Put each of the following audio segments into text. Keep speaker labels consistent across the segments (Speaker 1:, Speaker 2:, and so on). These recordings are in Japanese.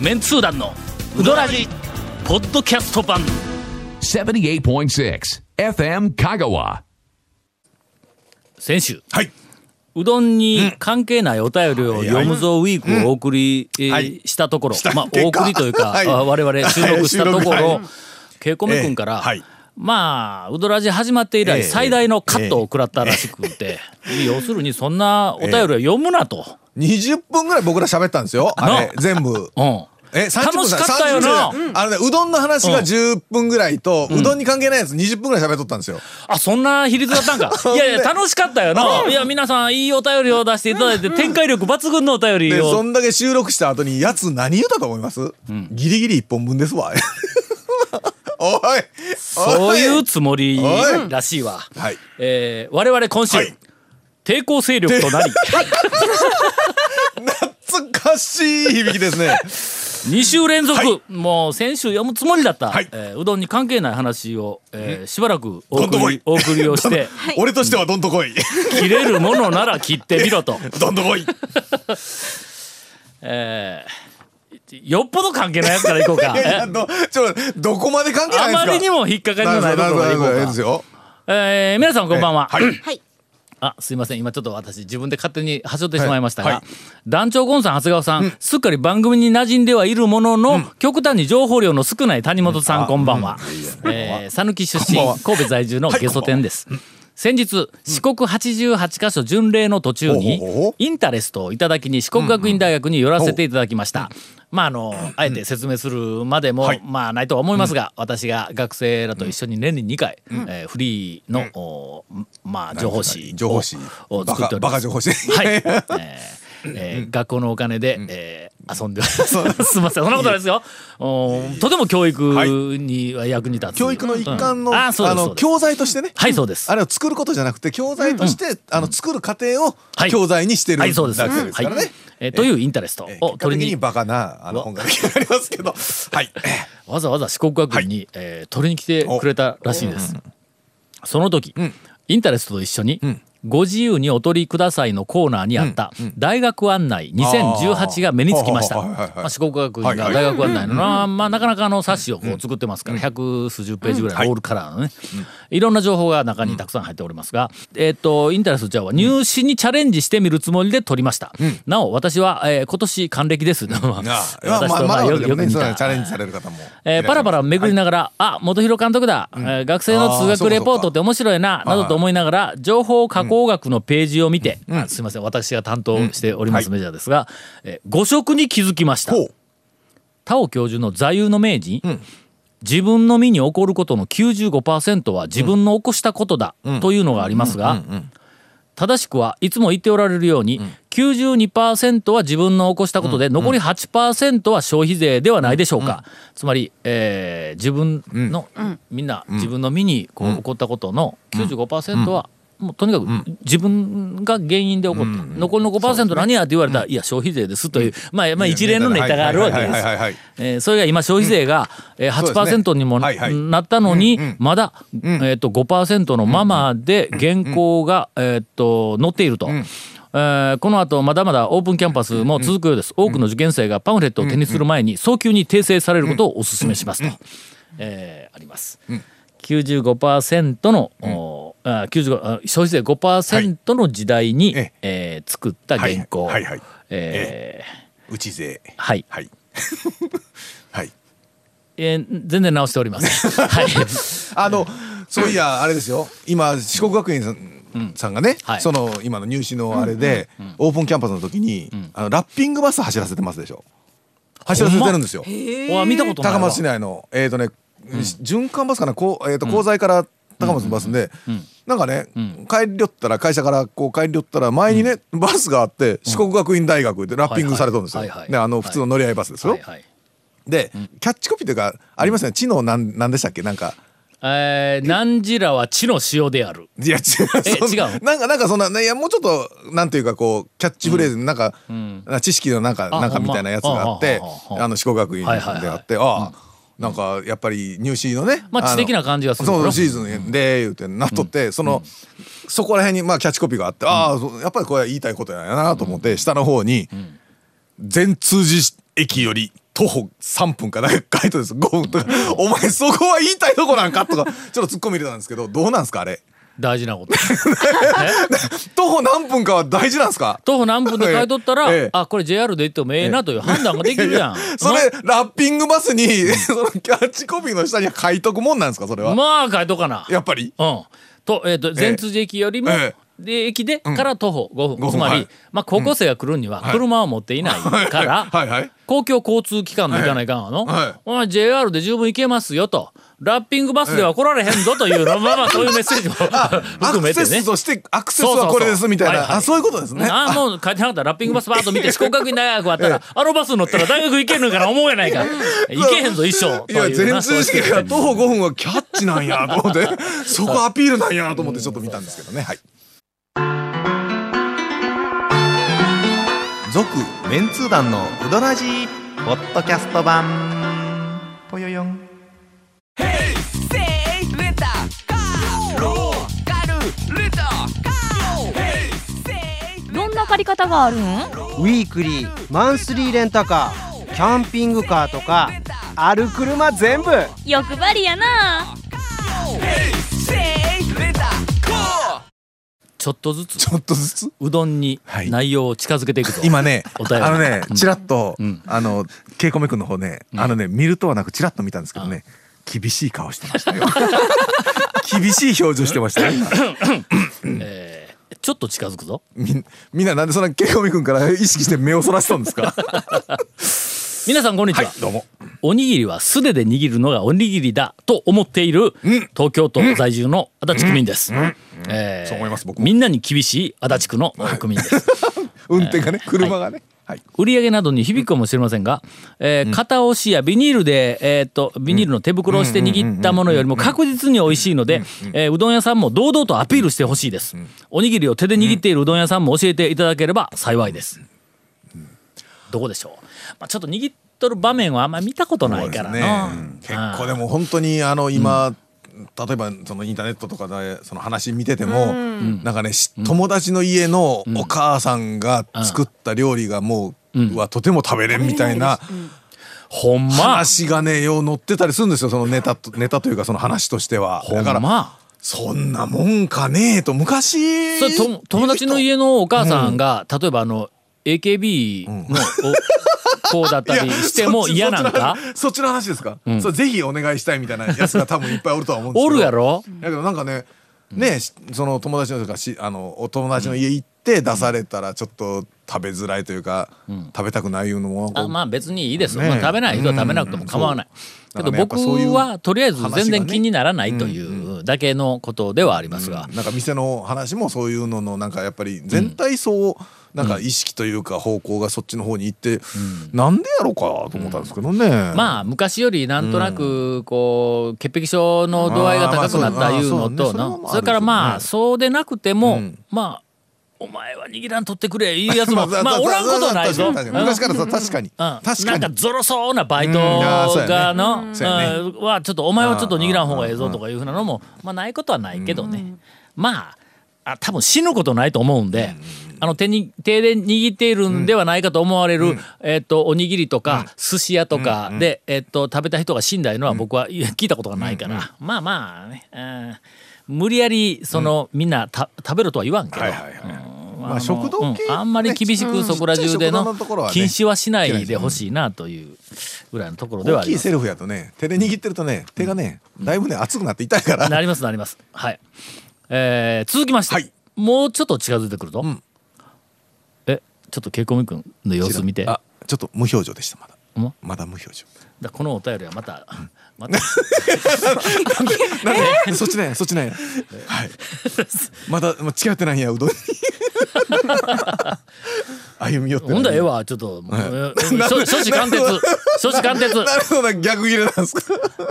Speaker 1: メンツー団のウドラジポッドキャスト版
Speaker 2: 78.6 FM Kagawa.
Speaker 1: 先週
Speaker 3: はい。
Speaker 1: うどんに関係ないお便りを読むぞウィークをお送り、えー
Speaker 3: はい
Speaker 1: したところ、
Speaker 3: した
Speaker 1: まあ
Speaker 3: 結
Speaker 1: お
Speaker 3: 果
Speaker 1: 送りというか、
Speaker 3: はい
Speaker 1: あ我々収録したとこ
Speaker 3: はい収録
Speaker 1: ろ
Speaker 3: はい
Speaker 1: けいこめくんから、
Speaker 3: ええはい
Speaker 1: まあウドラジ始まって以
Speaker 3: え
Speaker 1: 来
Speaker 3: え
Speaker 1: 最大のカットを食らったらしくて、要するにそんなお便りを読むなと。
Speaker 3: 20分ぐらい僕ら喋ったんですよ。あれ
Speaker 1: な、
Speaker 3: 全部。
Speaker 1: うん
Speaker 3: え、30分
Speaker 1: 楽しかったよな
Speaker 3: 30分じゃいあのね、うどんの話が10分ぐらいと、うどんに関係ないやつ20分ぐらい喋っとったんですよ。
Speaker 1: あそんな比率だったんか いやいや楽しかったよな、いや皆さんいいお便りを出していただいて、展開力抜群のお便り
Speaker 3: で、そ
Speaker 1: を
Speaker 3: んだけ収録した後に、やつ何言ったと思いますギリギリ1本分ですわ。 おい
Speaker 1: そういううつもり
Speaker 3: おい
Speaker 1: らしいわ、
Speaker 3: はい。
Speaker 1: えー我々今週、
Speaker 3: はい
Speaker 1: 抵抗勢力とな り
Speaker 3: 懐かしい響きですね。
Speaker 1: 2週連続、
Speaker 3: はい
Speaker 1: もう先週読むつもりだった、
Speaker 3: はい
Speaker 1: えーうどんに関係ない話を、えーしばらくお
Speaker 3: どんど
Speaker 1: 送
Speaker 3: こ
Speaker 1: り
Speaker 3: い
Speaker 1: お送りをして
Speaker 3: 俺としてはどんとこい。
Speaker 1: 切れるものなら切ってみろと、
Speaker 3: どんとこい。
Speaker 1: えーよっぽど関係ないやつからいこうか
Speaker 3: いやどちょっと、どこまで関係ない
Speaker 1: あ
Speaker 3: んですか
Speaker 1: まりにも引っかかりのないところからいこ
Speaker 3: なるほどなるほどなるほどいいで
Speaker 1: う
Speaker 3: す
Speaker 1: か、
Speaker 3: よ。
Speaker 1: えー皆さんこんばんは、
Speaker 3: はい。
Speaker 4: はい。
Speaker 1: あすいません今ちょっと私自分で勝手に端折ってしまいましたが、団長ゴンさん長谷川さん、すっかり番組に馴染んではいるものの、極端に情報量の少ない谷本さん、こんばんはえー讃岐、出身
Speaker 3: こんばんは
Speaker 1: 神戸在住のゲソ天です、先日四国88カ所巡礼の途中に
Speaker 3: ほうほうほう
Speaker 1: インタレストをいただきに四国学院大学に寄らせていただきました、まああのあえて説明するまでも、
Speaker 3: はい
Speaker 1: まあないとは思いますが、私が学生らと一緒に年に2回、えーフリーの、おまあ情報誌
Speaker 3: 情報誌
Speaker 1: を
Speaker 3: バ
Speaker 1: 作っておりま
Speaker 3: カバ
Speaker 1: す
Speaker 3: カ情報誌
Speaker 1: はい、えーえー学校のお金で、えー遊んでおります。 すみません、そんなことないですよ。おーとても教育には役に立つ。
Speaker 3: 教育の一環の,、
Speaker 1: うんあ
Speaker 3: あ
Speaker 1: ーそうですそう
Speaker 3: の
Speaker 1: です
Speaker 3: 教材としてね、
Speaker 1: はい、そうです。
Speaker 3: あれを作ることじゃなくて教材として、あの作る過程を
Speaker 1: はい
Speaker 3: 教材にしてる
Speaker 1: は
Speaker 3: だ
Speaker 1: い、
Speaker 3: け
Speaker 1: そう
Speaker 3: で
Speaker 1: です。
Speaker 3: すからね。
Speaker 1: はい、えーというインタレスト
Speaker 3: えー
Speaker 1: を
Speaker 3: 結果
Speaker 1: 取
Speaker 3: 的
Speaker 1: り
Speaker 3: に
Speaker 1: に、
Speaker 3: バカなあの
Speaker 1: うわ
Speaker 3: 本が出来上がりますけど、 はい、
Speaker 1: わざわざ四国学院に、えー取りに来てくれたらしいです。その時、インタレストと一緒に、ご自由にお取りくださいのコーナーにあった大学案内2018が目につきました。
Speaker 3: あーはいはいはい
Speaker 1: まあ四国学院が大学案内のな、まあなかなかあの冊子をこう作ってますから、百数十ページぐらいのオールカラーのね、いろんな情報が中にたくさん入っておりますが、えっと、インタレストちゃんは入試にチャレンジしてみるつもりで取りました。なお、私は、えー今年還暦 です。私と
Speaker 3: まあまあまあ
Speaker 1: よ
Speaker 3: よく、
Speaker 1: よく
Speaker 3: ね、
Speaker 1: 似
Speaker 3: そ
Speaker 1: た
Speaker 3: うチャレンジされる方もいらっしゃいます、
Speaker 1: えーパラパラ巡りながら、あ、元広監督だ、えー学生の通
Speaker 3: あーそう
Speaker 1: 学
Speaker 3: か
Speaker 1: レポートって面白いな、などと思いながら、情報加工学のページを見て、あすいません、私が担当しております、
Speaker 3: うん
Speaker 1: メジャーですが、えー誤植に気づきました。
Speaker 3: ほう
Speaker 1: 田尾教授の座右の銘人、自分の身に起こることの95%は自分の起こしたことだ、というのがありますが、正しくはいつも言っておられるように、92%は自分の起こしたことで、残り8%は消費税ではないでしょうか、つまり、えー自分の、みんな自分の身にこう起こったことの95%は、もうとにかく自分が原因で起こった、残りの5%何やって言われたら、いや消費税ですという、まあ、まあ一連のネタがあるわけです
Speaker 3: はいはいはいはいはい
Speaker 1: えーそれが今消費税が、えー
Speaker 3: そうですね
Speaker 1: 8%にもな,、
Speaker 3: はいはい
Speaker 1: ったのに、まだ、えー、と5%のままで現行が、えー、と載っていると。えーこの後まだまだオープンキャンパスも続くようです、多くの受験生がパンフレットを手にする前に早急に訂正されることをお勧めしますと、えーあります、95%の、おあ95あ消費税5%の時代に、
Speaker 3: はいえ
Speaker 1: えー作った原稿、
Speaker 3: はいはいはい
Speaker 1: え
Speaker 3: うち勢
Speaker 1: ーはい
Speaker 3: はい はい
Speaker 1: えー全然直しておりません。 はい。
Speaker 3: あの、そういや、あれですよ。今、四国学院さん,、さんがね、
Speaker 1: はい
Speaker 3: その今の入試のあれで、オープンキャンパスの時に、あのラッピングバス走らせてますでしょ。走らせてるんですよ。
Speaker 1: お見たことないわ。
Speaker 3: 高松市内の、えっ、とね、循環バスかな、こう、えっ、と、東西から。高松のバスで、なんかね、帰りよったら会社からこう帰りよったら前にね、バスがあって四国学院大学でラッピングされたんですよ。
Speaker 1: はいはいはいはい
Speaker 3: であの普通の乗り合いバスですよ。
Speaker 1: はいはい。
Speaker 3: で、キャッチコピーというかありますよね。知能なんなんでしたっけなんか
Speaker 1: えー、なんじらは地の塩である。
Speaker 3: いや違う。そん
Speaker 1: 違う
Speaker 3: なんかなんかそんな、ね、いやもうちょっとなんていうかこうキャッチフレーズ、なんか、な知識のなんか
Speaker 1: あ
Speaker 3: なんかみたいなやつがあって
Speaker 1: ほんまあああああああ
Speaker 3: あの四国学院で
Speaker 1: はいはいはい
Speaker 3: あって、ああ、なんかやっぱり入試のね、
Speaker 1: まあ
Speaker 3: の
Speaker 1: 知的な感じがする
Speaker 3: そ
Speaker 1: から
Speaker 3: うシーズンで言うてなっとって、その、そこら辺にまあキャッチコピーがあって、ああそうやっぱりこれは言いたいことやなと思って、下の方に、全通寺駅より徒歩3分かなんかガイドです5分とか「お前そこは言いたいとこなんか?」とかちょっと突っ込み入れたんですけどどうなんですかあれ
Speaker 1: 大事な こと。
Speaker 3: 徒歩何分かは大事なんですか
Speaker 1: 徒歩何分で買い取ったら、
Speaker 3: ええ
Speaker 1: あ、これ JR で行ってもええなという判断ができるやん。
Speaker 3: それラッピングバスに そのキャッチコピーの下に書いとくもんなんですかそれ
Speaker 1: な
Speaker 3: は
Speaker 1: まあ、買いとかな。
Speaker 3: やっぱり
Speaker 1: うん。と、えっ、と、善通寺駅よりも、
Speaker 3: ええ
Speaker 1: で駅でから徒歩5分、
Speaker 3: 5分
Speaker 1: つまり、
Speaker 3: はい
Speaker 1: まあ、高校生が来るには車を持っていないから、
Speaker 3: はいはい
Speaker 1: 公共交通機関で行かないかんわの、
Speaker 3: はい
Speaker 1: お前 JR で十分行けますよとラッピングバスでは来られへんぞという の、まあまあそういうメッセージも
Speaker 3: ア
Speaker 1: 含め
Speaker 3: ク
Speaker 1: て
Speaker 3: セ
Speaker 1: ね
Speaker 3: ス。としてアクセスはこれですみたい
Speaker 1: そうそうそうはいはい
Speaker 3: なあそういうことですね
Speaker 1: ああもう書いてなかったらラッピングバスバーッと見て四国学院大学あっ たら、あのバス乗ったら大学行けるんかな思うやないか行けへんぞ一生
Speaker 3: いや
Speaker 1: とうな
Speaker 3: 全通
Speaker 1: そうい
Speaker 3: 式
Speaker 1: う
Speaker 3: が徒歩5分はキャッチな んやと思ってそこアピールなんやと思ってちょっと見たんですけどねはい
Speaker 4: 続メンツー団のウドラジーポッドキャスト版ぽよよん
Speaker 5: どんな借り方があるん
Speaker 6: ウィークリーマンスリーレンタカーキャンピングカーとかある車全部
Speaker 5: 欲張りやな
Speaker 1: ちょっとずつ
Speaker 3: ちょっとずつ
Speaker 1: うどんに
Speaker 3: はい
Speaker 1: 内容を近づけていくと
Speaker 3: 今ね
Speaker 1: お便り
Speaker 3: あのね
Speaker 1: うん
Speaker 3: ちらっと
Speaker 1: ん
Speaker 3: あのケイコメ君の方ねあのね見るとはなくちらっと見たんですけどね厳しい顔してまし たよ厳しい表情してましたよ
Speaker 1: ちょっと近づくぞ
Speaker 3: みんみんななんでそんなケイコミ君から意識して目をそらしたんです か
Speaker 1: 皆さんこんにちは、
Speaker 3: どうも
Speaker 1: おにぎりは素手で握るのがおにぎりだと思っている東京都在住の足立区民です、えー
Speaker 3: そう思います僕も
Speaker 1: みんなに厳しい足立区の区民です
Speaker 3: 運転がね車がねはい
Speaker 1: 売り上げなどに響くかもしれませんが、えー片押しやビニールで、えーっとビニールの手袋をして握ったものよりも確実に美味しいので、えーうどん屋さんも堂々とアピールしてほしいです、おにぎりを手で握っているうどん屋さんも教えていただければ幸いです、どこでしょう、まあ、ちょっと握っとる場面はあんまり見たことないから
Speaker 3: そうですね
Speaker 1: な、
Speaker 3: うん結構でも本当にあの今、例えばそのインターネットとかでその話見てても、なんかねし友達の家のお母さんが作った料理がもう、はとても食べれんみたいな
Speaker 1: ほんま
Speaker 3: 話がねよう載ってたりするんですよそのネタとネタというかその話としては。
Speaker 1: ほ
Speaker 3: だから
Speaker 1: んま
Speaker 3: そんなもんかねえと昔
Speaker 1: それとも友達の家のお母さんが、例えばあの AKB の、おこうだったりしても嫌なんか
Speaker 3: そっちの話ですか、それぜひお願いしたいみたいなやつが多分いっぱいおるとは思うんですけ
Speaker 1: お
Speaker 3: ど
Speaker 1: るやろ
Speaker 3: だけどなんかね、ねしその友達のとかしあのお友達の家行って出されたらちょっと食べづらいというか、食べたくないいうのも
Speaker 1: あまあ別にいいです、
Speaker 3: ねえ
Speaker 1: まあ、食べない人は食べなくても構わない、
Speaker 3: うんそう
Speaker 1: けど
Speaker 3: だからねやっ
Speaker 1: 僕
Speaker 3: ぱそういう
Speaker 1: はとりあえず全然
Speaker 3: 話がね
Speaker 1: 気にならないというだけのことではありますが、
Speaker 3: なんか店の話もそういうののなんかやっぱり全体像をなんか意識というか方向がそっちの方に行って、なんでやろうかと思ったんですけどね。
Speaker 1: まあ昔よりなんとなくこう潔癖症の度合いが高くなったいうのと
Speaker 3: あーまあそうあーそうねそれはもうあるでしょう
Speaker 1: な
Speaker 3: ね
Speaker 1: それからまあそうでなくても
Speaker 3: ん
Speaker 1: まあお前は握らんとってくれいうやつも
Speaker 3: まあ
Speaker 1: まあおらんことないぞ。
Speaker 3: 確かに確かに昔からさ確かに、
Speaker 1: うん
Speaker 3: 確
Speaker 1: な
Speaker 3: か
Speaker 1: ん
Speaker 3: に
Speaker 1: かゾロそうなバイト
Speaker 3: うんあーそうやね
Speaker 1: がの、うん
Speaker 3: そうやね
Speaker 1: はちょっとお前はちょっと握らん方がええぞとかいうふうなのもまあないことはないけどね、まああ多分死ぬことないと思うんで、あの手に手で握っているんではないかと思われる、えっとおにぎりとか寿司屋とかで、えっと食べた人が死んだいうのは僕は、い や聞いたことがないから、まあまあね、うん無理やりその、みんなた食べるとは言わんけど。
Speaker 3: はいはいはい
Speaker 1: うん
Speaker 3: まあ
Speaker 1: の
Speaker 3: 食堂系
Speaker 1: うんあんまり厳しくそこら中での
Speaker 3: うんちっちゃい食堂のところはね
Speaker 1: 禁止はしないでほしいなというぐらいのところでは
Speaker 3: 大
Speaker 1: あ
Speaker 3: き
Speaker 1: り
Speaker 3: い
Speaker 1: ます
Speaker 3: セルフやとね手で握ってるとね手がねだいぶね熱くなって痛いから
Speaker 1: なりますなりますはい、えー、続きまして、
Speaker 3: はい
Speaker 1: もうちょっと近づいてくると、
Speaker 3: ん
Speaker 1: えちょっとけいこみくんの様子見て
Speaker 3: あちょっと無表情でしたまだ
Speaker 1: ほんま
Speaker 3: まだ無表情
Speaker 1: だこのお便りはまた また
Speaker 3: なんでそっちなんやそっちなんやはいまだまあ近寄ってないんやうどんに 歩み寄ってない
Speaker 1: ほんだらええわちょっともうえ
Speaker 3: な
Speaker 1: ー
Speaker 3: んで
Speaker 1: 諸諸子貫徹諸子貫徹
Speaker 3: なるほどな逆切れなんですか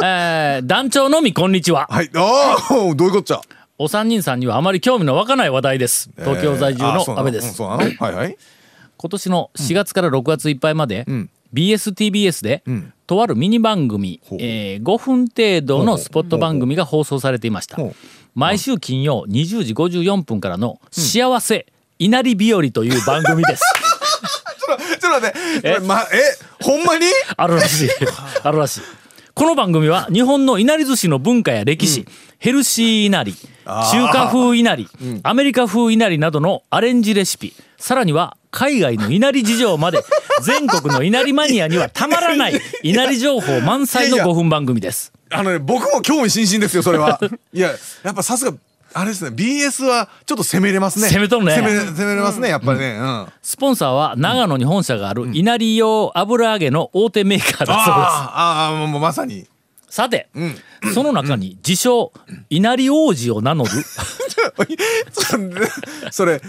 Speaker 1: えー団長のみこんにちは
Speaker 3: はいおおどういうこっちゃ
Speaker 1: お三人さんにはあまり興味の湧かない話題です東京在住
Speaker 3: えーあ
Speaker 1: の
Speaker 3: そう
Speaker 1: 阿
Speaker 3: な
Speaker 1: 部で
Speaker 3: うん
Speaker 1: す
Speaker 3: そうなのはいはい
Speaker 1: 今年の4月から6月いっぱいまで、
Speaker 3: ん
Speaker 1: BSTBS で、
Speaker 3: ん
Speaker 1: とあるミニ番組、
Speaker 3: ほう
Speaker 1: えー5分程度のスポット番組が放送されていました
Speaker 3: ほう
Speaker 1: 毎週金曜20時54分からの「幸せ稲荷日和」という番組です
Speaker 3: ちょっと待って、
Speaker 1: え
Speaker 3: えま、えほんまに
Speaker 1: あるらしいあるらしいこの番組は日本のいなり寿司の文化や歴史、ヘルシーいなり中華風いなり、アメリカ風いなりなどのアレンジレシピさらには海外のいなり事情 まで全国のいなりマニアにはたまらないいなり情報満載の
Speaker 3: いやいや
Speaker 1: 5分番組です
Speaker 3: あのね僕も興味津々ですよそ れはいややっぱさすがあれですね BS はちょっと攻めれますね
Speaker 1: 攻めとるね
Speaker 3: 攻め攻めれますねやっぱりねうん、あ
Speaker 1: スポンサーは長野に本社があるいなり用油揚げの大手メーカーだそうです
Speaker 3: あああもうまさに
Speaker 1: さて、
Speaker 3: ん
Speaker 1: その中に自称稲荷王子を名乗る
Speaker 3: それそれ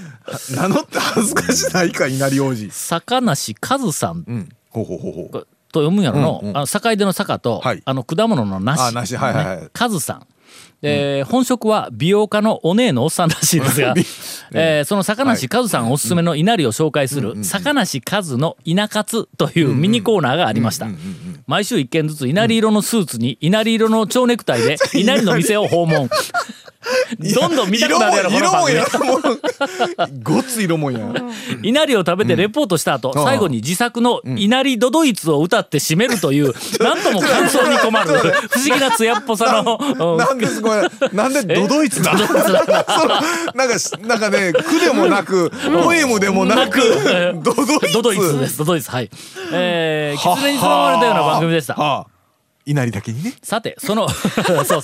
Speaker 3: 名乗って恥ずかしないか稲荷王子
Speaker 1: 坂梨和さん
Speaker 3: うんほうほうほうほう
Speaker 1: と読むんやろの,、
Speaker 3: うんうん
Speaker 1: あの坂出の坂と、
Speaker 3: はい
Speaker 1: あの果物の梨
Speaker 3: あ梨はいはいはい
Speaker 1: ね和さんで本職は美容家のお姉のおっさんらしい ですが、えーその坂梨和さんおすすめの稲荷を紹介する「坂梨和の稲活」というミニコーナーがありました毎週1件ずつ稲荷色のスーツに稲荷色の蝶ネクタイ で稲荷の店を訪問どんどん見たくなるやろこの
Speaker 3: 色
Speaker 1: 番
Speaker 3: も
Speaker 1: 組
Speaker 3: やもんごっつ色もんや
Speaker 1: 稲荷を食べてレポートした後、
Speaker 3: ん
Speaker 1: 最後に自作の稲荷ドドイツを歌って締めると いう、なんとも感想に困る不思議な艶っぽさの、うん
Speaker 3: なんですごめんなんでドドイツな そのなんかしなんかね苦でもなくポエムでもなく
Speaker 1: うん
Speaker 3: ドドイツ
Speaker 1: ドドイツですドドイツはいえー狐につままれたような番組でした
Speaker 3: はあ稲荷だけにね
Speaker 1: さてその そうそう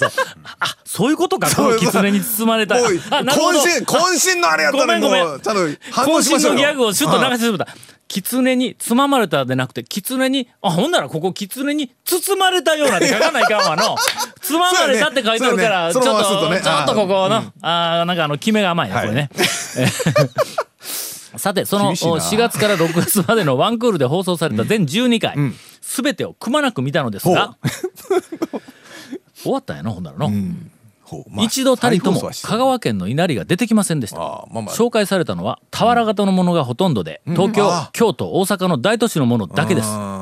Speaker 1: あそういうことかこの狐に包まれた
Speaker 3: おい
Speaker 1: あなるほど
Speaker 3: 渾身渾身のあれやった
Speaker 1: ごめ
Speaker 3: ら
Speaker 1: んご
Speaker 3: も
Speaker 1: めん
Speaker 3: うちゃんと反応
Speaker 1: 渾
Speaker 3: しま
Speaker 1: 身
Speaker 3: しょ
Speaker 1: の
Speaker 3: う
Speaker 1: ギ
Speaker 3: よ
Speaker 1: ャグをシュッと流してしまった。狐につままれたでなくて狐にあほんならここ狐に包まれたようなって書かないかんわ のつままれたって書いてあるから、ちょっ
Speaker 3: そ
Speaker 1: と、
Speaker 3: うやねそのままするとね
Speaker 1: ちょっとここの、あーなんかあの決めが甘いねこ
Speaker 3: はい
Speaker 1: れね、 さてその
Speaker 3: 厳しいな
Speaker 1: 4月から6月までのワンクールで放送された全12回、すべてをくまなく見たのですが 終わったんやなほんならの、
Speaker 3: ほうまあ
Speaker 1: 一度たりとも
Speaker 3: 再放送はして
Speaker 1: 香川県の稲荷が出てきませんでした、
Speaker 3: ああまあまあ
Speaker 1: 紹介されたのは俵型のものがほとんどで、東京、
Speaker 3: ああ
Speaker 1: 京都大阪の大都市のものだけです
Speaker 3: あ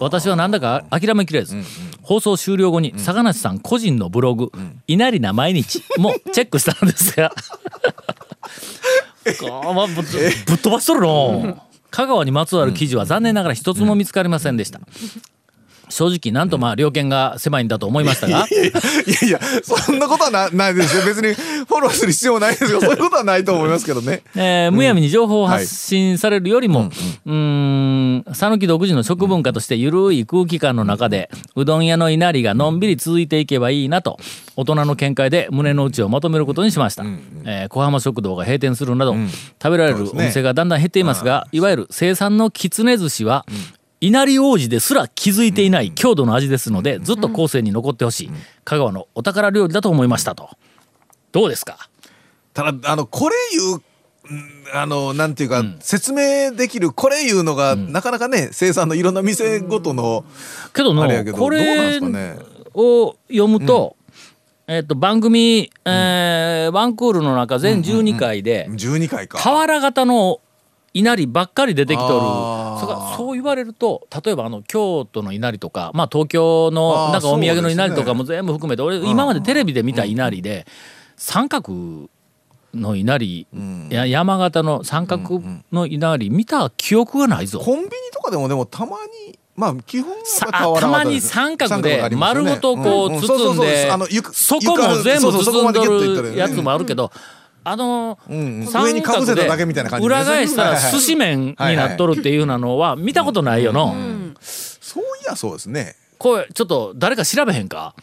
Speaker 1: 私はなんだか諦めきれず、放送終了後に坂梨さん個人のブログ「稲荷な毎日」もチェックしたのです がこうまあぶぶっ飛ばしとるの香川にまつわる記事は残念ながら一つも見つかりませんでした正直なんとまあ猟犬が狭いんだと思いましたが
Speaker 3: ーいやいやそんなことはなないですよ別にフォローする必要もないですよそういうことはないと思いますけどね
Speaker 1: えーむやみに情報を発信されるよりも、うーん讃岐独自の食文化としてゆるい空気感の中でうどん屋のいなりがのんびり続いていけばいいなと大人の見解で胸の内をまとめることにしました、えー小浜食堂が閉店するなど、食べられるお店がだんだん減っていますがいわゆる生産のきつね寿司は、いなり王子ですら気づいていない郷土の味ですのでずっと後世に残ってほしい香川のお宝料理だと思いましたとどうですか
Speaker 3: ただあのこれ言うんあのなんていうか、説明できるこれ言うのが、なかなかね生産のいろんな店ごとの
Speaker 1: けど
Speaker 3: あ
Speaker 1: の
Speaker 3: れやけど
Speaker 1: これ
Speaker 3: どうなんです
Speaker 1: を読むと,、えっと番組、えーワンクールの中全12回で
Speaker 3: 12回か。
Speaker 1: 俵型の稲荷ばっかり出てきとる
Speaker 3: あー
Speaker 1: そがそう言われると例えばあの京都の稲荷とか、まあ、東京
Speaker 3: あ
Speaker 1: の
Speaker 3: ー
Speaker 1: なんかお土産
Speaker 3: そう
Speaker 1: の
Speaker 3: ですね
Speaker 1: 稲荷とかも全部含めて俺今までテレビで見た稲荷で三角の稲荷、や山形の三角の稲荷見た記憶がないぞ。
Speaker 3: コンビニとかでもでもたまにまあ基本は
Speaker 1: さ
Speaker 3: 俵
Speaker 1: あ
Speaker 3: 型
Speaker 1: たまに
Speaker 3: です
Speaker 1: 三角
Speaker 3: 三があ
Speaker 1: で
Speaker 3: ります
Speaker 1: 丸
Speaker 3: よね
Speaker 1: ごとこ
Speaker 3: ん
Speaker 1: うん包ん
Speaker 3: そうそうそう
Speaker 1: で
Speaker 3: あのゆく
Speaker 1: そこ
Speaker 3: 床あ
Speaker 1: も
Speaker 3: る
Speaker 1: 全
Speaker 3: そ
Speaker 1: 部
Speaker 3: うそうそ
Speaker 1: 包ん
Speaker 3: こまでギュッといっ
Speaker 1: ど
Speaker 3: たら
Speaker 1: る
Speaker 3: ね
Speaker 1: やつもあるけどあの
Speaker 3: うんうん
Speaker 1: 三角
Speaker 3: 上にかぶせただけみたいな感じです
Speaker 1: 裏
Speaker 3: ね
Speaker 1: 返したら寿司麺になっとるっていうようなのは見たことないよの
Speaker 3: そういやそうですね。
Speaker 1: これちょっと誰か調べへんか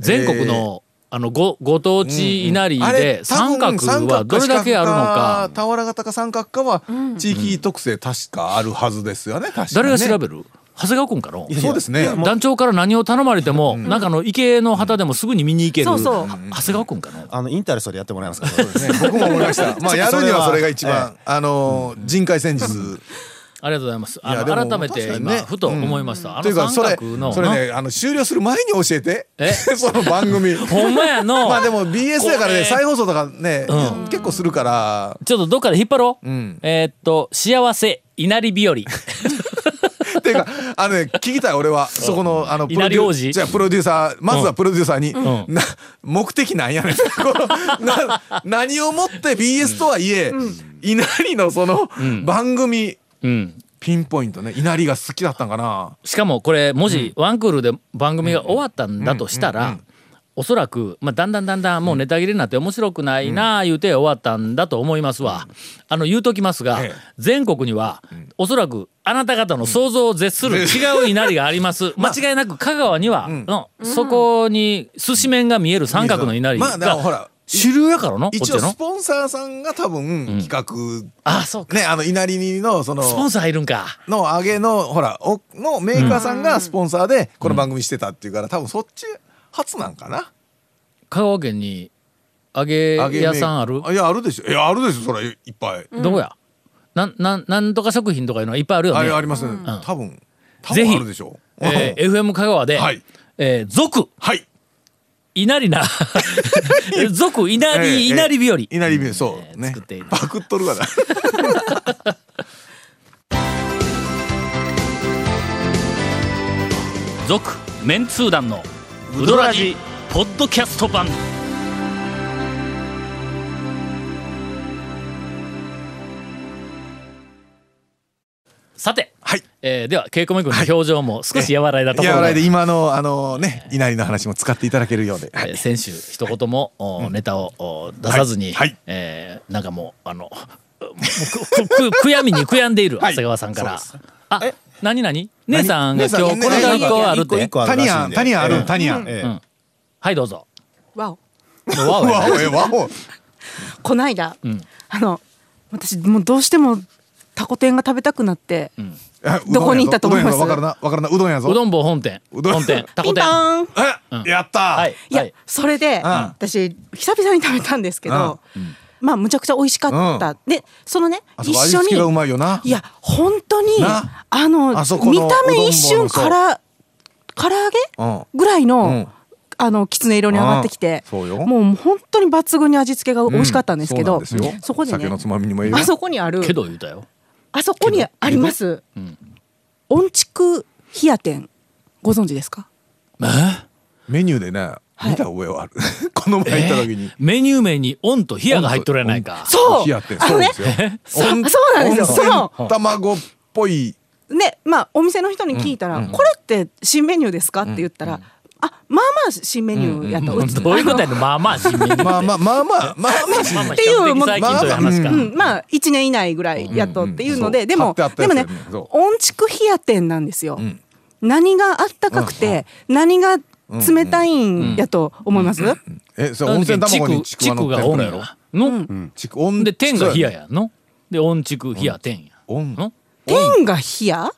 Speaker 1: 全国のあのごご当地稲荷
Speaker 3: あれ
Speaker 1: で三角はどれだけあるのか
Speaker 3: 多分三角か四角か俵型か三角かは地域特性確かあるはずですよね。確かにね
Speaker 1: 誰が調べる長谷川君かの
Speaker 3: そうですね。
Speaker 1: 団長から何を頼まれてもなんかあの池の旗でもすぐに見に行ける
Speaker 7: そうそう
Speaker 1: は長谷川君かの
Speaker 8: あのインタレストでやってもらえますか。そう ですね。
Speaker 3: 僕も思いま した。まあ
Speaker 8: ちょ
Speaker 3: や
Speaker 8: っとそれは
Speaker 3: るにはそれが一番あのー人海戦術
Speaker 1: ありがとうございます。あ
Speaker 3: いやで
Speaker 1: の
Speaker 3: も
Speaker 1: 改めて
Speaker 3: 確
Speaker 1: 今、
Speaker 3: かにね
Speaker 1: ふと思いました。あ
Speaker 3: とい
Speaker 1: の
Speaker 3: うかそ
Speaker 1: 三
Speaker 3: れ
Speaker 1: 角の
Speaker 3: それねあの終了する前に教えて
Speaker 1: え
Speaker 3: その番組。
Speaker 1: な ほんまやの。
Speaker 3: まあでも BS や
Speaker 1: こ
Speaker 3: から
Speaker 1: れ
Speaker 3: ね再放送とかね
Speaker 1: う
Speaker 3: 結構するから
Speaker 1: ちょっとどっかで引っ張ろう。
Speaker 3: ん
Speaker 1: えーっと幸せ稲荷 日和。
Speaker 3: っていうかあのね聞きたい俺はそこのあのプロデ
Speaker 1: 稲荷王
Speaker 3: ュ
Speaker 1: 子
Speaker 3: ーじゃあプロデューサーまずはプロデューサーに、
Speaker 1: ん
Speaker 3: な目的なんやねん このな何をもって BS とはいえ、稲荷のその番組、
Speaker 1: うん。
Speaker 3: ピンポイントね稲荷が好きだったんかな
Speaker 1: しかもこれもしワンクールで番組が終わったんだとしたら、おそらく、まあ、だんだんだんだんもうネタ切れになって面白くないなあ言うて終わったんだと思いますわ。あの言うときますが、
Speaker 3: ええ
Speaker 1: 全国にはおそらくあなた方の想像を絶する違う稲荷があります。 間違いなく香川には、のそこに寿司面が見える三角の稲荷
Speaker 3: まあでも
Speaker 1: が
Speaker 3: ほら
Speaker 1: 主流やからのこっち
Speaker 3: 一応
Speaker 1: の
Speaker 3: ス。ポンサーさんが多分企画、
Speaker 1: ああそうか。
Speaker 3: ねあの稲荷のその
Speaker 1: スポンサーいるんか。
Speaker 3: の上げのほらおのメーカーさんがスポンサーでこの番組してたっていうから多分そっち初なんかな
Speaker 1: 香川県に揚げ
Speaker 3: 揚げメー
Speaker 1: 屋さんある
Speaker 3: いやあるでしょいやあるでしょそれいっぱい、
Speaker 1: どこやなんなんなんとか食品とかいうのいっぱいあるよ
Speaker 3: あれ
Speaker 1: ね。
Speaker 3: ありますね、多分多
Speaker 1: ぜひ
Speaker 3: 分あるでしょ
Speaker 1: えー FM 香川で、
Speaker 3: はい
Speaker 1: えー俗
Speaker 3: はい
Speaker 1: 稲荷な俗稲荷、
Speaker 3: ええ
Speaker 1: 稲荷日和、
Speaker 3: 稲荷ビールそう、
Speaker 1: えー
Speaker 3: ね
Speaker 1: 作っている
Speaker 3: パクっと るわな
Speaker 1: 俗メンツー団のウドラジポッドキャスト版さて、
Speaker 3: はい
Speaker 1: えーでは稽古めくんの表情も少し和らいだところ
Speaker 3: や
Speaker 1: で,、
Speaker 3: らいで今のあのね稲荷の話も使っていただけるようで、
Speaker 1: えー先週一言も、おネタをお出さずに、
Speaker 3: はいはい
Speaker 1: えーなんかもうあのもうくくく悔やみに悔やんでいる長谷川さんから、あ何何姉さんが
Speaker 3: 姉さん
Speaker 1: 今日これが一個あるっ
Speaker 8: 一個
Speaker 1: て
Speaker 8: 一個あ
Speaker 3: タ
Speaker 8: るら
Speaker 3: ニ
Speaker 8: し
Speaker 3: ア
Speaker 8: いん
Speaker 3: ン
Speaker 8: で
Speaker 3: タニアンある、
Speaker 8: ええ
Speaker 3: タニアン、
Speaker 8: ええ
Speaker 1: んはいどうぞ
Speaker 7: わお
Speaker 1: わおや
Speaker 3: わおえわお
Speaker 7: こないだ、あの私もうどうしてもタコ天が食べたくなって、
Speaker 3: あう
Speaker 7: どこに行ったと思います
Speaker 3: うどんやぞわからなわからなうどんやぞ
Speaker 1: うどん坊本店
Speaker 3: うどん
Speaker 1: 本店タコ
Speaker 7: ピンポ
Speaker 1: 店は
Speaker 7: ーン
Speaker 3: え、やったー
Speaker 1: い
Speaker 7: いや、
Speaker 1: はい
Speaker 7: それで、私久々に食べたんですけど、まあむちゃくちゃ美味しかった、でそのね
Speaker 3: あそ
Speaker 7: 一
Speaker 3: こ味
Speaker 7: 緒
Speaker 3: 付
Speaker 7: に
Speaker 3: けがうまいよない
Speaker 7: や本当に
Speaker 3: な
Speaker 7: あの
Speaker 3: あそこの
Speaker 7: 見た目一
Speaker 3: うどん棒
Speaker 7: 瞬
Speaker 3: のそう
Speaker 7: から唐揚げ
Speaker 3: うん
Speaker 7: ぐらいの、
Speaker 3: うん
Speaker 7: あのきつね色に上がってきて、
Speaker 3: うんそうよ
Speaker 7: もう本当に抜群に味付けが美味しかったんですけど、
Speaker 3: そうなんですよ
Speaker 7: そこで
Speaker 3: 酒
Speaker 7: ね
Speaker 3: のつまみにもいいよ
Speaker 7: あそこにある
Speaker 1: けど言うたよ
Speaker 7: あそこにあります。音畜冷や店ご存知ですか？
Speaker 3: メニューでね
Speaker 7: い
Speaker 3: 見た覚えはある この前行った時に
Speaker 1: メニュー名に「オン」と「ヒヤ」が入っとるやないか
Speaker 7: そう
Speaker 3: 冷やって
Speaker 7: あ
Speaker 3: そ
Speaker 7: の
Speaker 3: う
Speaker 7: ね
Speaker 3: ですよ
Speaker 7: そう
Speaker 3: 温
Speaker 7: そうなんですよ
Speaker 3: 温
Speaker 7: そ
Speaker 3: 泉卵っぽい
Speaker 7: ねまあお店の人に聞いたら、これって新メニューですかって言ったら、あまあまあ新メニューやと、う
Speaker 1: どういうことやねんまあまあ新メニューって
Speaker 3: まあ まあまあまあま
Speaker 1: ま
Speaker 3: あまあ
Speaker 1: あまあ
Speaker 7: っ
Speaker 1: 比
Speaker 7: ていう
Speaker 1: 較的最近という話か、
Speaker 7: うん、まあ1年以内ぐらいやっとっていうので、
Speaker 3: うん
Speaker 7: で
Speaker 3: 貼っ
Speaker 7: も、
Speaker 3: てあった
Speaker 7: で
Speaker 3: やつ
Speaker 7: も
Speaker 3: だよ
Speaker 7: ね
Speaker 3: ねそう
Speaker 7: 音畜冷や店なんですよ、何があったかくて、何が冷たいんやと思います、
Speaker 3: えそれ温泉卵にちくわの
Speaker 1: が
Speaker 3: 天
Speaker 1: オ
Speaker 3: ぷ
Speaker 1: ン
Speaker 3: ら
Speaker 1: や
Speaker 3: や
Speaker 1: ろ
Speaker 3: ろ
Speaker 1: の、
Speaker 3: ちく温
Speaker 1: で天が冷や
Speaker 3: や
Speaker 1: やんので温畜冷や天や
Speaker 3: 温
Speaker 1: の
Speaker 7: 天が冷や、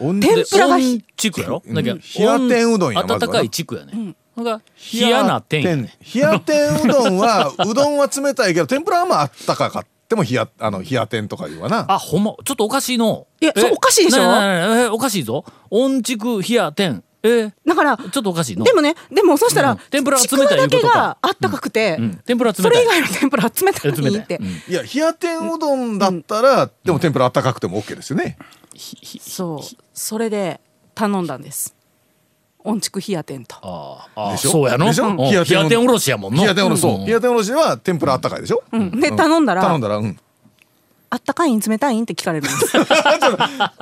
Speaker 3: 温
Speaker 7: 天ぷらが
Speaker 1: 温畜やろ
Speaker 3: うん
Speaker 1: だけど
Speaker 3: 冷や天うどんやまず
Speaker 1: 温
Speaker 3: はな
Speaker 1: かい畜やねほんが冷やな天やね
Speaker 3: 冷や天うどんはうどんは冷たいけど天ぷらはまああったかかっても冷やあの冷や天とかいうわな
Speaker 1: あほんまちょっとおかしいの
Speaker 7: いや
Speaker 1: え
Speaker 7: そうおかしいでしょ
Speaker 1: ななななえおかしいぞ温畜冷や天え
Speaker 7: だから
Speaker 1: ちょっとおかしいの
Speaker 7: でもねでもそしたら、
Speaker 1: うん天ぷらは冷たい
Speaker 7: ちくわだけ
Speaker 1: いうことか
Speaker 7: があったかくて、
Speaker 1: うん天ぷらは冷
Speaker 7: そ
Speaker 1: た
Speaker 7: れ
Speaker 1: い
Speaker 7: 以外の天ぷらは冷たい
Speaker 1: 冷たい
Speaker 7: って、
Speaker 1: うん
Speaker 3: いや冷や天うどんだったらでも天ぷらあったかくても OK ですよね
Speaker 7: そうそれで頼んだんです音畜冷や天と
Speaker 1: あーあー
Speaker 3: でしょ
Speaker 1: そうやの
Speaker 3: でしょ
Speaker 1: うん冷
Speaker 3: 冷
Speaker 1: や
Speaker 3: や天
Speaker 1: 天おろしやもんの
Speaker 3: 冷や天おろしそう冷
Speaker 1: ん
Speaker 3: や天おろしは天ぷらあったかいでしょ
Speaker 7: んで頼んだら
Speaker 3: 頼んだらうん
Speaker 7: あったかいん冷たいんって聞かれるんです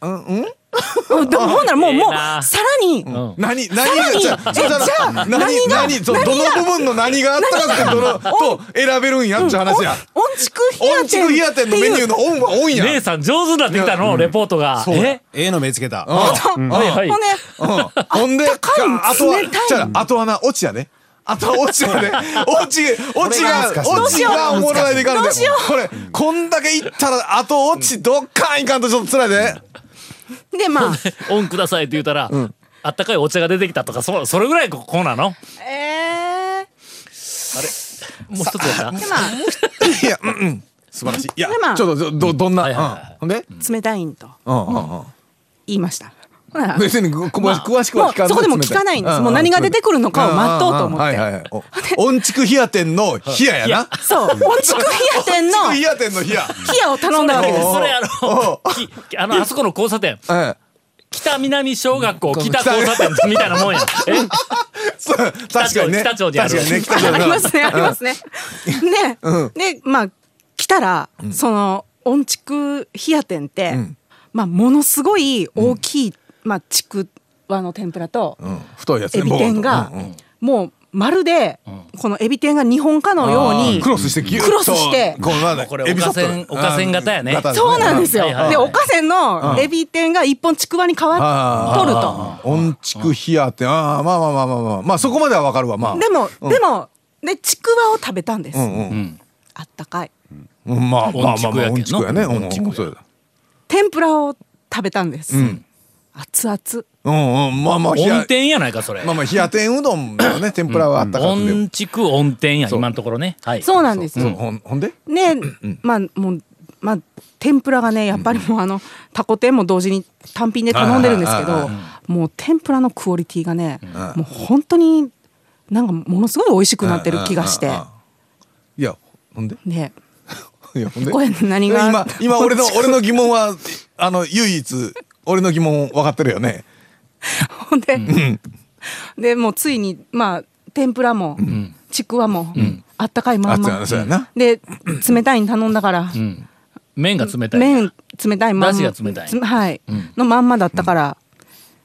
Speaker 7: うんうんでもほんならもう
Speaker 1: ええ
Speaker 7: もう
Speaker 1: な
Speaker 7: さらに
Speaker 1: うん
Speaker 3: 何何がじゃあ
Speaker 7: えじゃあ
Speaker 3: 何何そうどの部分の何があったかくてどのと選べるんやっちゅう話や
Speaker 7: 音畜冷や
Speaker 3: 音
Speaker 7: 天
Speaker 3: 畜冷や
Speaker 7: って
Speaker 3: 天のメニュー
Speaker 7: いう
Speaker 3: のオンはオンや
Speaker 1: 姉さん上手になってきたのレポートが
Speaker 3: うや
Speaker 1: え
Speaker 8: ええの目つけた
Speaker 3: うん
Speaker 1: はいはい
Speaker 7: もうね
Speaker 3: うんほんで、あ
Speaker 7: 高いの
Speaker 3: と
Speaker 7: 冷
Speaker 3: は
Speaker 7: たい、
Speaker 3: じゃあ、あとはな、落ちやね。あとは落ちやね。落ち、落ちが、
Speaker 8: これが難しい
Speaker 3: 落ちがおもろないでいかんで。
Speaker 7: どうしよ
Speaker 3: これ、こんだけいったら、あと落ち、どっかんいかんとちょっと辛いで。
Speaker 7: でまあ
Speaker 1: オンくださいって言うたらあったかいお茶が出てきたとかそそれぐらいここうなのも
Speaker 7: え
Speaker 1: う一つや
Speaker 7: ー、でま
Speaker 3: いや、うんうん。素晴らしい。いや
Speaker 7: でま、あ
Speaker 3: ちょっと、ど、どんな、
Speaker 1: は
Speaker 3: う
Speaker 1: いはいは
Speaker 3: んほんで
Speaker 7: あ冷たいんと
Speaker 3: うんうんうん。
Speaker 7: 言いましたほなら
Speaker 3: 別に、ここま詳しく
Speaker 7: も
Speaker 3: は
Speaker 7: う
Speaker 3: 聞かない。
Speaker 7: そこでも聞かないんですもう何が出てくるのかを待とうと思って、
Speaker 3: んんんはいはいは いお音畜冷や店の冷ややな。
Speaker 7: そう音畜冷や天の
Speaker 3: 音畜冷
Speaker 7: 冷
Speaker 3: や店の冷や。
Speaker 7: やを頼んだわけです
Speaker 1: なそれあのきあのあそこの交差点
Speaker 3: うん。
Speaker 1: 北南小学校北交差点みたいなもん やえ
Speaker 3: そう確かにね。
Speaker 1: 北朝にある
Speaker 3: 確かにね、北朝
Speaker 7: あ
Speaker 3: に
Speaker 7: り
Speaker 3: あ
Speaker 7: ま
Speaker 3: る
Speaker 7: すね、ありますね。ね、で、まあ、来たら、その、音畜冷や店って、まあ、ものすごい大きい、まあ、ちくわの天ぷらと、
Speaker 3: うん太いやつ
Speaker 7: エビ天が、
Speaker 3: ボコンとうんうん
Speaker 7: もうまるで、このエビ天が日本かのように
Speaker 3: クロスしてギュッと
Speaker 7: クロスして
Speaker 3: こうなんだ
Speaker 1: これおかせん
Speaker 3: エビソッド
Speaker 1: おかせん型やね
Speaker 3: あー型
Speaker 7: そうなんですよ、
Speaker 1: はいはいはい
Speaker 7: でおかせんのエビ天が一本ちくわに変わっとると
Speaker 3: 音畜冷やってああまあまあまあまあまあまあそこまではわかるわまあ
Speaker 7: でも、でもでちくわを食べたんです、
Speaker 3: うんうん
Speaker 7: あったかい
Speaker 3: うんまあまあまあまあ
Speaker 1: 音畜
Speaker 3: 音畜
Speaker 1: や
Speaker 3: や
Speaker 1: け
Speaker 3: ね
Speaker 1: ど
Speaker 3: うんうんそうだ
Speaker 7: 天ぷらを食べたんです、熱々
Speaker 3: うんうんまあまあ冷や
Speaker 1: 温天やないかそれ
Speaker 3: まあまあ冷や天うどんのね天ぷらはあったかくて
Speaker 1: 温畜温天や
Speaker 3: そう
Speaker 1: 今のところねはい
Speaker 7: そうなんです
Speaker 3: そう
Speaker 7: よ
Speaker 3: ほんほんで
Speaker 7: ね、まあもうまあ天ぷらがねやっぱりもうあのたこ天も同時に単品で頼んでるんですけ
Speaker 3: はいは
Speaker 7: どもう天ぷらのクオリティがねもう本当になんかものすごい美味しくなってる気がして
Speaker 3: うんうんうんいやほんで
Speaker 7: ね
Speaker 3: いやほんで
Speaker 7: これ何が
Speaker 3: 今今俺の俺の疑問はあの唯一俺の疑問分かってるよね
Speaker 7: ほんで、でもうついにまあ天ぷらも、ちくわも、あったかいま
Speaker 3: あそ
Speaker 7: ん
Speaker 3: うや
Speaker 7: ま
Speaker 3: なそうやな
Speaker 7: で冷たいに頼んだから、
Speaker 1: 麺が冷たい
Speaker 7: 麺冷たいまんま
Speaker 1: 出汁が冷たい
Speaker 7: つはいのまんまだったから、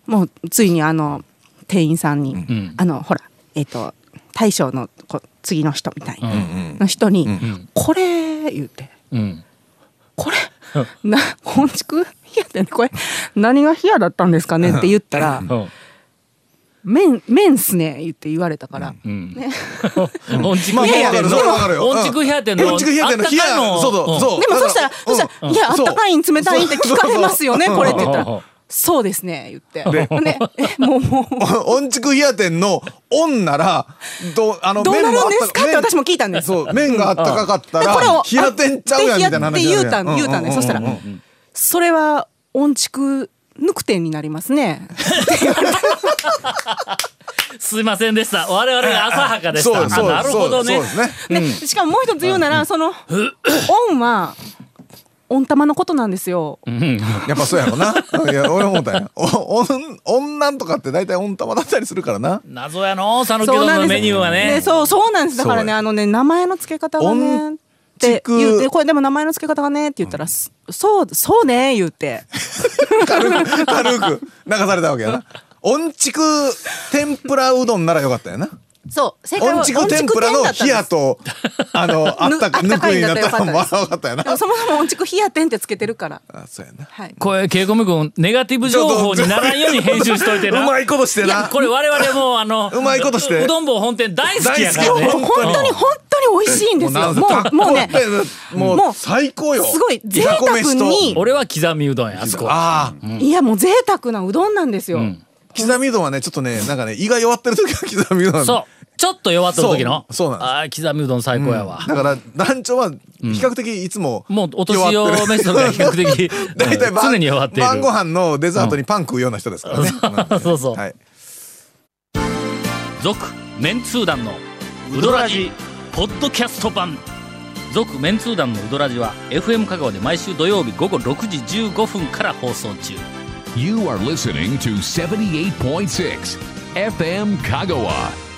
Speaker 7: もうついにあの店員さんに、
Speaker 1: ん
Speaker 7: あのほらえっ、と大将のこ次の人みたいな、の人に、これ言って。
Speaker 1: うん
Speaker 7: これな本畜冷やってこれ何が冷やだったんですかねって言ったら
Speaker 1: うん
Speaker 7: 「麺麺っすね」言って言われたから、
Speaker 1: うん温畜
Speaker 3: まあ
Speaker 1: 冷や
Speaker 3: ま
Speaker 1: 天
Speaker 3: あわかるそれはわかる
Speaker 1: の
Speaker 3: よ
Speaker 1: 温畜冷や天の
Speaker 3: うん温畜冷や天の
Speaker 1: あったかい
Speaker 3: 冷やそうそうそう
Speaker 7: で
Speaker 3: だか
Speaker 7: もそ
Speaker 3: ら
Speaker 7: したら、
Speaker 3: うん
Speaker 7: そしたら、いや、あっ
Speaker 3: そう
Speaker 7: たかいん冷たいんって聞かれますよね、
Speaker 3: そう
Speaker 7: これって言った
Speaker 1: うん
Speaker 7: ら。そうですね、言って。ね、え、もう、もう。
Speaker 3: 音畜冷や店の「音ならどあの
Speaker 7: どうな
Speaker 3: 麺も
Speaker 7: る
Speaker 3: あ
Speaker 7: んですかって
Speaker 3: 麺
Speaker 7: 私も聞いたんです。
Speaker 3: そう麺があったかかった
Speaker 7: で
Speaker 3: ら
Speaker 7: これを
Speaker 3: 冷や店ちゃうやんみたいな話
Speaker 7: で
Speaker 3: にな
Speaker 7: 言
Speaker 3: る
Speaker 7: う
Speaker 3: や
Speaker 7: た
Speaker 3: ん
Speaker 7: ん言うたんで、そしたらそれは音畜抜く点になりますね。
Speaker 1: すいませんでした我々が浅はかでし
Speaker 3: そう
Speaker 1: た
Speaker 3: そ
Speaker 1: あ
Speaker 3: う
Speaker 1: なるほどね
Speaker 3: そうですね
Speaker 7: でしかももう一つ言うなら その音は音玉のことなんですよ。
Speaker 3: やっぱそうやろないや俺も思ったんやお音音なんとかって大体音玉だったりするからな
Speaker 1: 謎やの讃岐う
Speaker 7: そう
Speaker 1: どん
Speaker 7: なん
Speaker 1: の
Speaker 7: です
Speaker 1: メニューはね
Speaker 7: そうそうなんですだからね
Speaker 3: そう
Speaker 7: あのね名前の付け方が
Speaker 3: 音
Speaker 7: ねって
Speaker 3: 畜
Speaker 7: 言うてこれでも名前の付け方がねって言ったら、そそうそうね言うて
Speaker 3: 軽く軽く流されたわけやな音畜天ぷらうどんならよかったよな
Speaker 7: そう正解は
Speaker 3: 音畜天ぷらの冷やとあのあったか
Speaker 7: ぬ
Speaker 3: ぬ
Speaker 7: あったか
Speaker 3: くい
Speaker 7: いん
Speaker 3: に
Speaker 7: だ
Speaker 3: な
Speaker 7: っ
Speaker 3: ったた
Speaker 7: ら
Speaker 3: ら
Speaker 7: よか
Speaker 3: ま
Speaker 7: ったです
Speaker 3: あよかったよな
Speaker 7: でもそもそも音畜冷や天ってつけてるから
Speaker 3: あそうやな
Speaker 7: はい
Speaker 1: これ稽古部君ネガティブ情報にならんように編集しといてな
Speaker 3: うまいことして
Speaker 1: いや
Speaker 3: な
Speaker 1: これ我々もうあの
Speaker 3: うまいことして
Speaker 1: うどん坊本店大好きやか
Speaker 3: 大
Speaker 1: ら
Speaker 3: 好き
Speaker 1: ね
Speaker 3: よ
Speaker 7: もう本当に本当に美味しいんですよもうもうね
Speaker 3: もう
Speaker 7: もう
Speaker 3: 最高よ
Speaker 7: すごい贅
Speaker 3: やこ
Speaker 7: 沢
Speaker 3: めしと
Speaker 7: に
Speaker 1: 俺は刻みうどんやあそこは
Speaker 3: ああ
Speaker 7: いやもう贅沢なうどんなんですよ、
Speaker 3: 刻みうどんはねちょっとねなんかね胃が弱ってる時は刻みうどん
Speaker 1: そうちょっと弱った時の
Speaker 3: そうそうなんです
Speaker 1: ああ刻みうどん最高やわ、
Speaker 3: だから団長は比較的いつも
Speaker 1: もうお年
Speaker 3: 弱って
Speaker 1: 用
Speaker 3: る
Speaker 1: メスとか比較 的
Speaker 3: 大体晩
Speaker 1: 常に弱っている
Speaker 3: 晩ご飯のデザートにパン食うような人ですからね。
Speaker 1: そうそう
Speaker 3: はい。
Speaker 1: 続メンツー団のウドラジポッドキャスト版続メンツー団のウドラジは FM 香川で毎週土曜日午後6時15分から放送中
Speaker 2: You are listening to 78.6 FM Kagawa.